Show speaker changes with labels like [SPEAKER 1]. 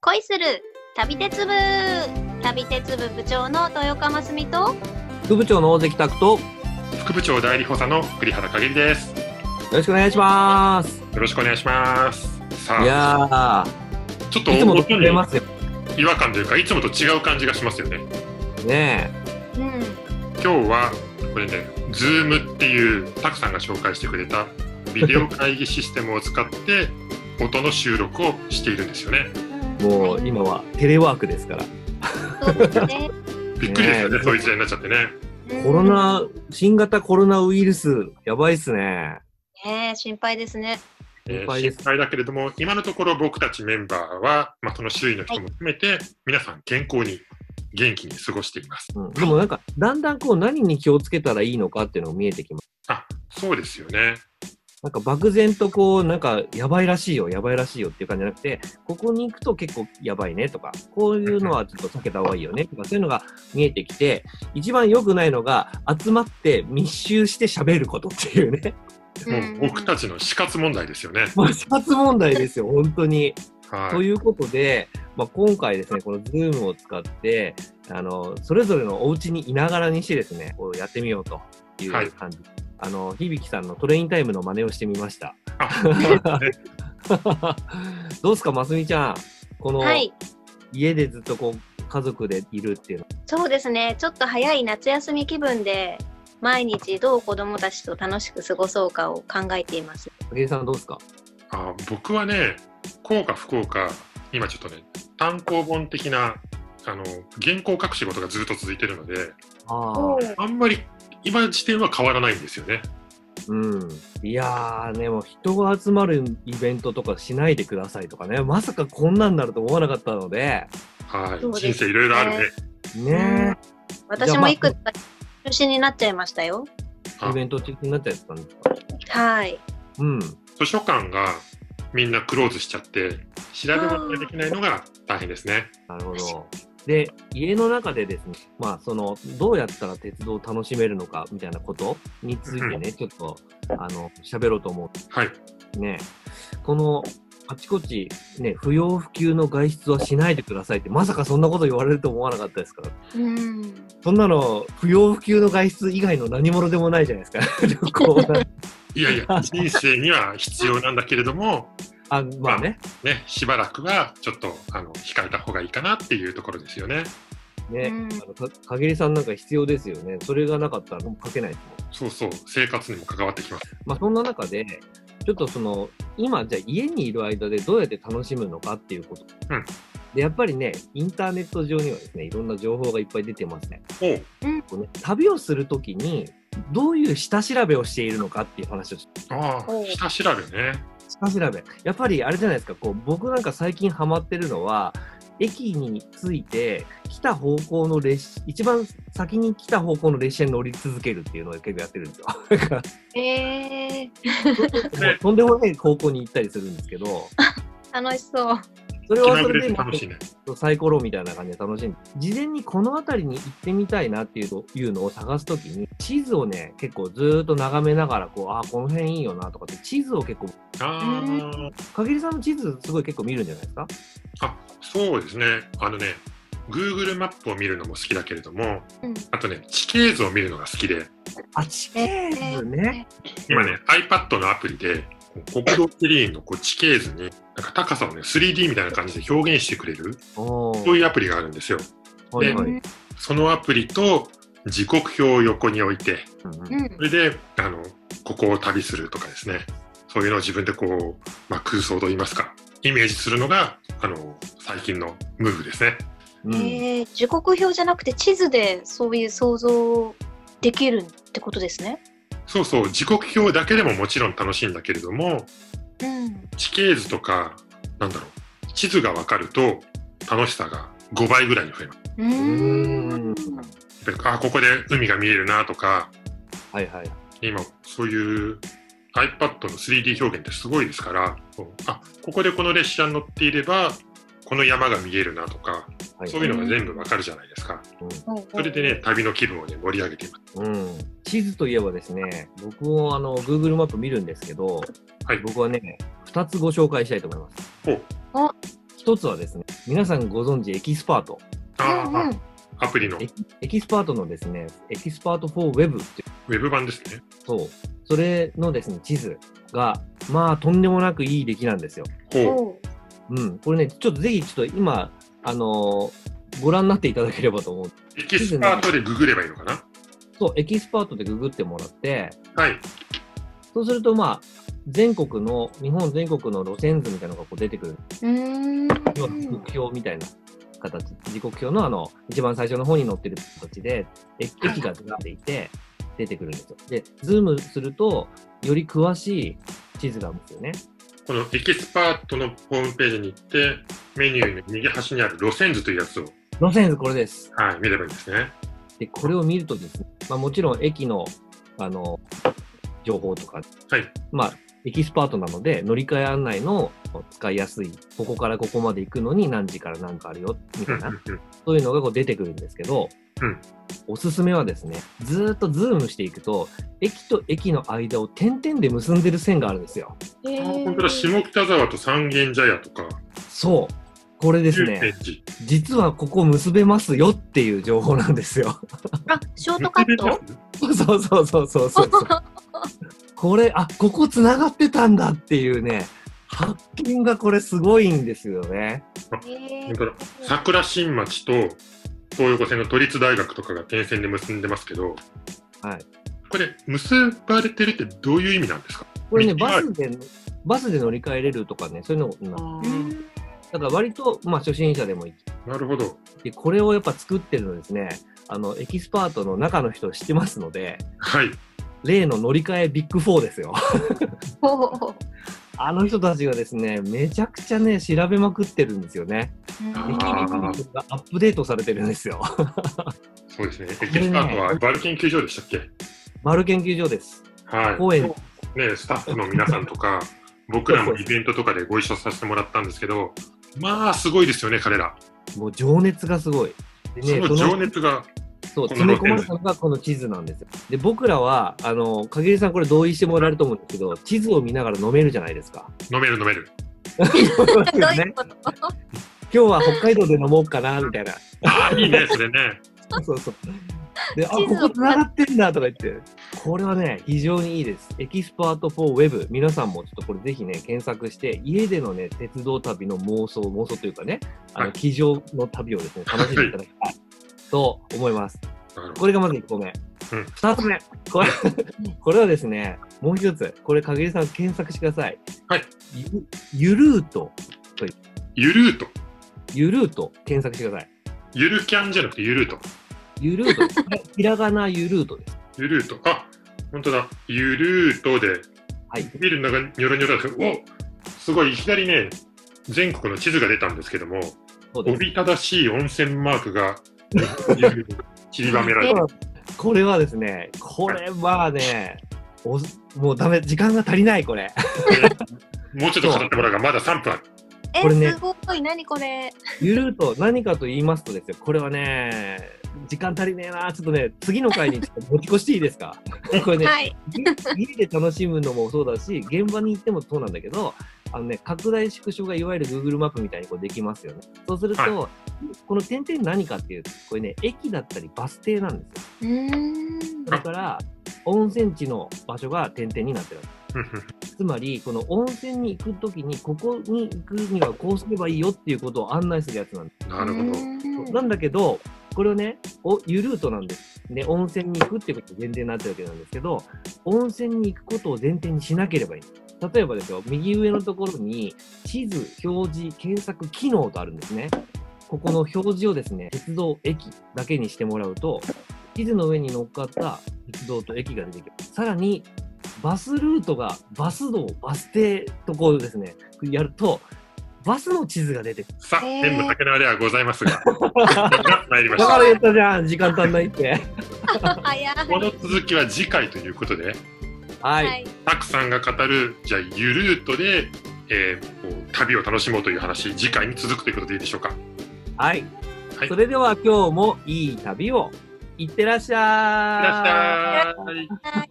[SPEAKER 1] 恋する旅鉄部旅鉄部部長の豊川真澄と
[SPEAKER 2] 副部長の大関拓とよ
[SPEAKER 3] 副部長代理補佐の栗原かげりです。
[SPEAKER 2] ろしくお願いします。
[SPEAKER 3] よろしくお願いします。
[SPEAKER 2] い
[SPEAKER 3] さあ、
[SPEAKER 2] や
[SPEAKER 3] ちょっと
[SPEAKER 2] ー、いつもと
[SPEAKER 3] 音
[SPEAKER 2] 違い
[SPEAKER 3] に
[SPEAKER 2] ますよ
[SPEAKER 3] 違和感というか、いつもと違う感じがしますよね。
[SPEAKER 2] ね。
[SPEAKER 1] うん
[SPEAKER 3] 今日は、これね、Zoom っていう、たくさんが紹介してくれたビデオ会議システムを使って、 音の収録をしているんですよね。
[SPEAKER 2] え。もう今はテレワークですから、
[SPEAKER 1] そうです ね
[SPEAKER 3] びっくりですよね、
[SPEAKER 2] ねえ
[SPEAKER 3] そういう時代になっちゃってね。
[SPEAKER 1] うん
[SPEAKER 2] コロナ、新型コロナウイルス、やばいっすね。
[SPEAKER 1] ねえ心配ですね
[SPEAKER 3] え
[SPEAKER 2] 心
[SPEAKER 3] ー
[SPEAKER 2] 配
[SPEAKER 3] 心
[SPEAKER 2] です。
[SPEAKER 3] 配だけれども、今のところ僕たちメンバーは、まあ、その周囲の人も含めて、皆さん健康に、元気に過ごしています。
[SPEAKER 2] うん、でもなんか、だんだんこう何に気をつけたらいいのかっていうのが見えてきます。
[SPEAKER 3] あ、そうですよね。
[SPEAKER 2] なんか漠然とこう、なんか、やばいらしいよ、やばいらしいよっていう感じじゃなくて、ここに行くと結構やばいねとか、こういうのはちょっと避けた方がいいよねとか、そういうのが見えてきて、一番良くないのが、集まって密集して喋ることっていうね。
[SPEAKER 3] もう僕た
[SPEAKER 1] ち
[SPEAKER 3] ちの死活問題ですよね。
[SPEAKER 2] まあ、死活問題 ですよ、本当に。
[SPEAKER 3] はい。
[SPEAKER 2] ということで、まあ、今回ですね、この Zoom を使って、あの、それぞれのお家にいながらにしてですね、こうやってみようとい
[SPEAKER 3] はいう
[SPEAKER 2] 感じ。あの、響さんのトレインタイムの真似をしてみました。
[SPEAKER 3] あそうですね
[SPEAKER 2] どうですか、ますみちゃん。この、
[SPEAKER 1] はい
[SPEAKER 2] 家でずっとこう、家族でいるっていうの。
[SPEAKER 1] そうですねちょっと早い夏休み気分で毎日どう子どもたちと楽しく過ごそうかを考えています
[SPEAKER 2] 武井さんどうですか
[SPEAKER 3] あ僕はね、効か不効か、今ちょっとね、単行本的なあの原稿を書く仕事がずっと続いてるので、
[SPEAKER 2] ああ。
[SPEAKER 3] あんまり今時点は変わらないんですよね。
[SPEAKER 2] うん。いやー、ね、もう人が集まるイベントとかしないでくださいとかね、まさかこんなんなると思わなかったので、
[SPEAKER 3] はい、
[SPEAKER 1] そうですね
[SPEAKER 3] 人生いろいろあるね。
[SPEAKER 2] ね
[SPEAKER 1] 私もいくつか中止になっちゃいましたよ
[SPEAKER 2] イ
[SPEAKER 3] あ
[SPEAKER 2] ベント中止になっちゃったんですか
[SPEAKER 1] はい
[SPEAKER 2] うん。
[SPEAKER 3] 図書館がみんなクローズしちゃって、調べ物ができないのが大変ですね。
[SPEAKER 2] なるほど。で、家の中でですね、まあ、その、どうやったら鉄道を楽しめるのかみたいなことについてね、ちょっと、あの、喋ろうと思
[SPEAKER 3] はい、
[SPEAKER 2] うね。この、あちこち、ね、不要不急の外出はしないでくださいって、まさかそんなこと言われると思わなかったですから。
[SPEAKER 1] うん
[SPEAKER 2] そんなの、不要不急の外出以外の何者でもないじゃないですか。旅 行なんて
[SPEAKER 3] いやいや、人生には必要なんだけれども、
[SPEAKER 2] あ、まあね。
[SPEAKER 3] ね、しばらくはちょっとあの控えた方がいいかなっていうところですよね。
[SPEAKER 2] ね。
[SPEAKER 1] うん
[SPEAKER 2] あのか、かげりさんなんか必要ですよね。それがなかったらもう書けないですもん
[SPEAKER 3] そうそう、生活にも関わってきます。
[SPEAKER 2] まあ、そんな中で、ちょっとその、今、じゃあ家にいる間でどうやって楽しむのかっていうこと。
[SPEAKER 3] うん
[SPEAKER 2] で、やっぱりね、インターネット上にはですね、いろんな情報がいっぱい出てますね。
[SPEAKER 3] おう
[SPEAKER 2] こうね旅をするときに、どういう下調べをしているのかっていう話をし
[SPEAKER 3] あ
[SPEAKER 1] おう
[SPEAKER 3] あ、下調べね。
[SPEAKER 2] 下調べ。やっぱりあれじゃないですか、こう、僕なんか最近ハマってるのは、駅に着いて、来た方向の列車、一番先に来た方向の列車に乗り続けるっていうのを結構やってるんですよ。なんか
[SPEAKER 1] えー、
[SPEAKER 2] もうとんでもない方向に行ったりするんですけど、
[SPEAKER 1] 楽しそう。
[SPEAKER 2] それ
[SPEAKER 3] 気
[SPEAKER 2] は
[SPEAKER 3] ま
[SPEAKER 2] そ
[SPEAKER 3] ぐ
[SPEAKER 2] れ
[SPEAKER 3] れ
[SPEAKER 2] で
[SPEAKER 3] て楽しいね。
[SPEAKER 2] サイコロみたいな感じで楽しんで、事前にこの辺りに行ってみたいなっていうというのを探すときに、地図をね、結構ずーっと眺めながら、こう、ああ、この辺いいよなとかって、地図を結構、
[SPEAKER 3] あー
[SPEAKER 2] かげりさんの地図すごい結構見るんじゃないですか
[SPEAKER 3] あ、そうですね。あのね、Google マップを見るのも好きだけれども、
[SPEAKER 1] うん
[SPEAKER 3] あとね、地形図を見るのが好きで、
[SPEAKER 2] あ、地形図ね。
[SPEAKER 3] 今ね、iPad のアプリで、こう国道テリーンのこう地形図に、なんか高さをね、3D みたいな感じで表現してくれる、
[SPEAKER 2] おー
[SPEAKER 3] そういうアプリがあるんですよ。
[SPEAKER 2] はいはい。
[SPEAKER 1] うん
[SPEAKER 3] そのアプリと、時刻表を横に置いて、
[SPEAKER 2] うん
[SPEAKER 1] う
[SPEAKER 2] うん
[SPEAKER 1] ん
[SPEAKER 3] それで、あの、ここを旅するとかですね、そういうのを自分でこう、まあ、空想と言いますか、イメージするのが、あの、最近のムーブですね。
[SPEAKER 2] うん
[SPEAKER 1] えー、時刻表じゃなくて地図でそういう想像できるってことですね。
[SPEAKER 3] そうそう、時刻表だけでももちろん楽しいんだけれども、
[SPEAKER 1] うん、
[SPEAKER 3] 地形図とか、なんだろう、地図がわかると、楽しさが5倍ぐらいに増えます。
[SPEAKER 1] うーん
[SPEAKER 2] う
[SPEAKER 3] やっぱり、あ、ここで海が見えるなとか、
[SPEAKER 2] はいはい。
[SPEAKER 3] 今、そういう iPad の 3D 表現ってすごいですから、こうあ、ここでこの列車に乗っていれば、この山が見えるなとか、
[SPEAKER 2] はい
[SPEAKER 3] そういうのが全部わかるじゃないですか。それでね、旅の気分をね、盛り上げています。
[SPEAKER 2] うん、地図といえばですね、僕もあの Google マップ見るんですけど、
[SPEAKER 3] はい
[SPEAKER 2] 僕はね、2つご紹介したいと思います。
[SPEAKER 3] ほう
[SPEAKER 1] お
[SPEAKER 2] 一つはですね、皆さんご存知エキスパート。
[SPEAKER 3] あー、
[SPEAKER 1] うんうん
[SPEAKER 3] あアプリのウ
[SPEAKER 2] エキエキスパートのですね、エキスパート4 Web っていう、
[SPEAKER 3] ェブ版ですね。
[SPEAKER 2] そう、それのですね、地図が、まあ、とんでもなくいい出来なんですよ。
[SPEAKER 3] ほ
[SPEAKER 1] おう
[SPEAKER 2] うん、これね、ちょっとぜひ、ちょっと今、あのーご覧になっていただければと思う。
[SPEAKER 3] う。エキスパートでググればいいのかな
[SPEAKER 2] そう、エキスパートでググってもらって、
[SPEAKER 3] はい。
[SPEAKER 2] そうすると、まあ、全国の、日本全国の路線図みたいなのがこう出てくる。
[SPEAKER 1] うーん
[SPEAKER 2] 要は時刻表みたいな形、時刻表のあの、一番最初の方に載ってる形で、え
[SPEAKER 1] はい
[SPEAKER 2] 駅がずらっていて、出てくるんですよ。で、ズームすると、より詳しい地図があるんですよね。
[SPEAKER 3] このエキスパートのホームページに行って、メニューの右端にある路線図というやつを、
[SPEAKER 2] 路線図これです。
[SPEAKER 3] はい、見ればいいんですね。
[SPEAKER 2] で、これを見るとですね、まあもちろん駅の、あの、情報とか、
[SPEAKER 3] はい。
[SPEAKER 2] まあ、エキスパートなので、乗り換え案内の使いやすい、ここからここまで行くのに何時から何かあるよ、み
[SPEAKER 3] う
[SPEAKER 2] た
[SPEAKER 3] ん
[SPEAKER 2] いうな、
[SPEAKER 3] んうん
[SPEAKER 2] そういうのがこう出てくるんですけど、
[SPEAKER 3] うん
[SPEAKER 2] おすすめはですね、ずーっとズームしていくと、駅と駅の間を点々で結んでる線があるんですよ。
[SPEAKER 1] へー
[SPEAKER 3] 本当だ、下北沢と三軒茶屋とか、
[SPEAKER 2] そう。これです
[SPEAKER 3] 中
[SPEAKER 2] ね、
[SPEAKER 3] 天寺。
[SPEAKER 2] 実はここ結べますよっていう情報なんですよ。
[SPEAKER 1] あショートカット
[SPEAKER 2] そうそうそうそうそうそう。これ、あ、ここ繋がってたんだっていうね、発見がこれすごいんですよね。
[SPEAKER 1] へ
[SPEAKER 3] 本
[SPEAKER 1] ー
[SPEAKER 3] 当だ桜新町と東横線の都立大学とかが点線で結んでますけど、
[SPEAKER 2] はい。
[SPEAKER 3] これ、結ばれてるってどういう意味なんですか
[SPEAKER 2] これね、
[SPEAKER 3] 道が
[SPEAKER 2] バ
[SPEAKER 3] ある
[SPEAKER 2] スで、バスで乗り換えれるとかね、そういうのな、
[SPEAKER 1] うん
[SPEAKER 2] だから割と、まあ初心者でもいい。
[SPEAKER 3] なるほど。
[SPEAKER 2] で、これをやっぱ作ってるのですね、あの、エキスパートの中の人知ってますので、
[SPEAKER 3] はい。
[SPEAKER 2] 例の乗り換えビッグ4ですよ。
[SPEAKER 1] ほうほう
[SPEAKER 2] あの人たちがですね、めちゃくちゃね、調べまくってるんですよね。
[SPEAKER 1] うん
[SPEAKER 2] 駅ビ
[SPEAKER 3] あ
[SPEAKER 2] ッ
[SPEAKER 3] ー
[SPEAKER 2] グがアップデートされてるんですよ。
[SPEAKER 3] そうですね。エキスパートはバル研究所でしたっけ
[SPEAKER 2] 丸研究所です。
[SPEAKER 3] は
[SPEAKER 2] 公園。
[SPEAKER 3] い。ね、スタッフの皆さんと か、僕らもイベントとかでご一緒させてもらったんですけど、まあ、すごいですよね、彼ら。
[SPEAKER 2] もう情熱がすごい。で
[SPEAKER 3] そ
[SPEAKER 2] ね、
[SPEAKER 3] の
[SPEAKER 2] そ
[SPEAKER 3] 情
[SPEAKER 2] の
[SPEAKER 3] 熱が、
[SPEAKER 2] そう
[SPEAKER 3] この
[SPEAKER 2] 詰め込まれたのがこの地図なんですよ。で、僕らは、あの、かげりさんこれ同意してもらえると思うんですけど、地図を見ながら飲めるじゃないです か。
[SPEAKER 3] 飲める飲める。
[SPEAKER 1] どういうこと
[SPEAKER 2] 今日は北海道で飲もうかな、みたいな。
[SPEAKER 3] ああ、いいね、それ ね。
[SPEAKER 2] そうそう。で、あ、
[SPEAKER 1] 地図
[SPEAKER 2] こ
[SPEAKER 1] を
[SPEAKER 2] こ繋がってんだとか言って。これはね、非常にいいです。エキスパート 4Web。皆さんもちょっとこれぜひね、検索して、家でのね、鉄道旅の妄想、妄想というかね、あ
[SPEAKER 3] は
[SPEAKER 2] の、
[SPEAKER 3] い
[SPEAKER 2] 机上の旅をですね、楽しんでいただきたいと思います。
[SPEAKER 3] なるほど
[SPEAKER 2] これがまず1個目。
[SPEAKER 3] うん
[SPEAKER 2] 2つ目。これ、 これはですね、もう一つ。これ、かげりさん検索してください。
[SPEAKER 3] はい。
[SPEAKER 2] ゆ、ゆるーと、
[SPEAKER 3] ゆるーと。
[SPEAKER 2] ゆるーと検索してください。
[SPEAKER 3] ゆるキャンじゃなくてゆるーと。
[SPEAKER 2] ゆるー と。ひらがなゆるーとです。
[SPEAKER 3] ゆるーと。あ、本当だ。ゆるーとで、
[SPEAKER 2] はい。
[SPEAKER 3] ビルの中にニョロニョロだけど、おすごい、いきなりね、全国の地図が出たんですけども、
[SPEAKER 2] そうで
[SPEAKER 3] お
[SPEAKER 2] す。
[SPEAKER 3] びただしい温泉マークが、ゆるーと散りばめられてる。
[SPEAKER 2] これはですね、これはね、おもうダメ、時間が足りない、これ。
[SPEAKER 3] もうちょっと語ってもらうが、まだ3分ある。
[SPEAKER 1] え
[SPEAKER 2] これね
[SPEAKER 1] すごい何これ
[SPEAKER 2] ゆると何かと言いますとですよ、これはね、時間足りねえな、ちょっとね、次の回にちょっと持ち越していいで すかこれね、
[SPEAKER 1] はい
[SPEAKER 2] 家で楽しむのもそうだし、現場に行ってもそうなんだけど、あのね、拡大縮小がいわゆる Google マップみたいにこうできますよね。そうすると、
[SPEAKER 3] は
[SPEAKER 2] この点々何かっていうと、これね、駅だったりバス停なんですよ。
[SPEAKER 1] うーん
[SPEAKER 2] それから、温泉地の場所が点々になってるわけですつまり、この温泉に行くときに、ここに行くにはこうすればいいよっていうことを案内するやつなんで
[SPEAKER 3] なるほ
[SPEAKER 1] う
[SPEAKER 3] ど。
[SPEAKER 1] ー
[SPEAKER 2] す。
[SPEAKER 1] ん
[SPEAKER 2] なんだけど、これをね、おゆるーとなんです。ね、温泉に行くっていうことが前提になってるわけなんですけど、温泉に行くことを前提にしなければいい。例えばですよ、右上のところに、地図、表示、検索、機能とあるんですね。ここの表示をですね、鉄道、駅だけにしてもらうと、地図の上に乗っかった鉄道と駅が出てきます。さらに、バスルートがバス道、バス停とこうですね、やると、バスの地図が出てくる。
[SPEAKER 3] さあ、
[SPEAKER 1] へー
[SPEAKER 3] 天の竹のあれはございますが、が参りまし
[SPEAKER 2] だから
[SPEAKER 3] た。
[SPEAKER 2] 言ったじゃん、時間足んないって。
[SPEAKER 1] 早い
[SPEAKER 3] この続きは次回ということで、
[SPEAKER 2] はい。
[SPEAKER 1] はい
[SPEAKER 3] たくさんが語る、じゃあ、ゆるーとで、えーこう旅を楽しもうという話、次回に続くということでいいでしょうか。
[SPEAKER 2] はい。
[SPEAKER 3] はい
[SPEAKER 2] それでは今日もいい旅を、いってらっしゃー
[SPEAKER 3] いらっしゃい。
[SPEAKER 1] はい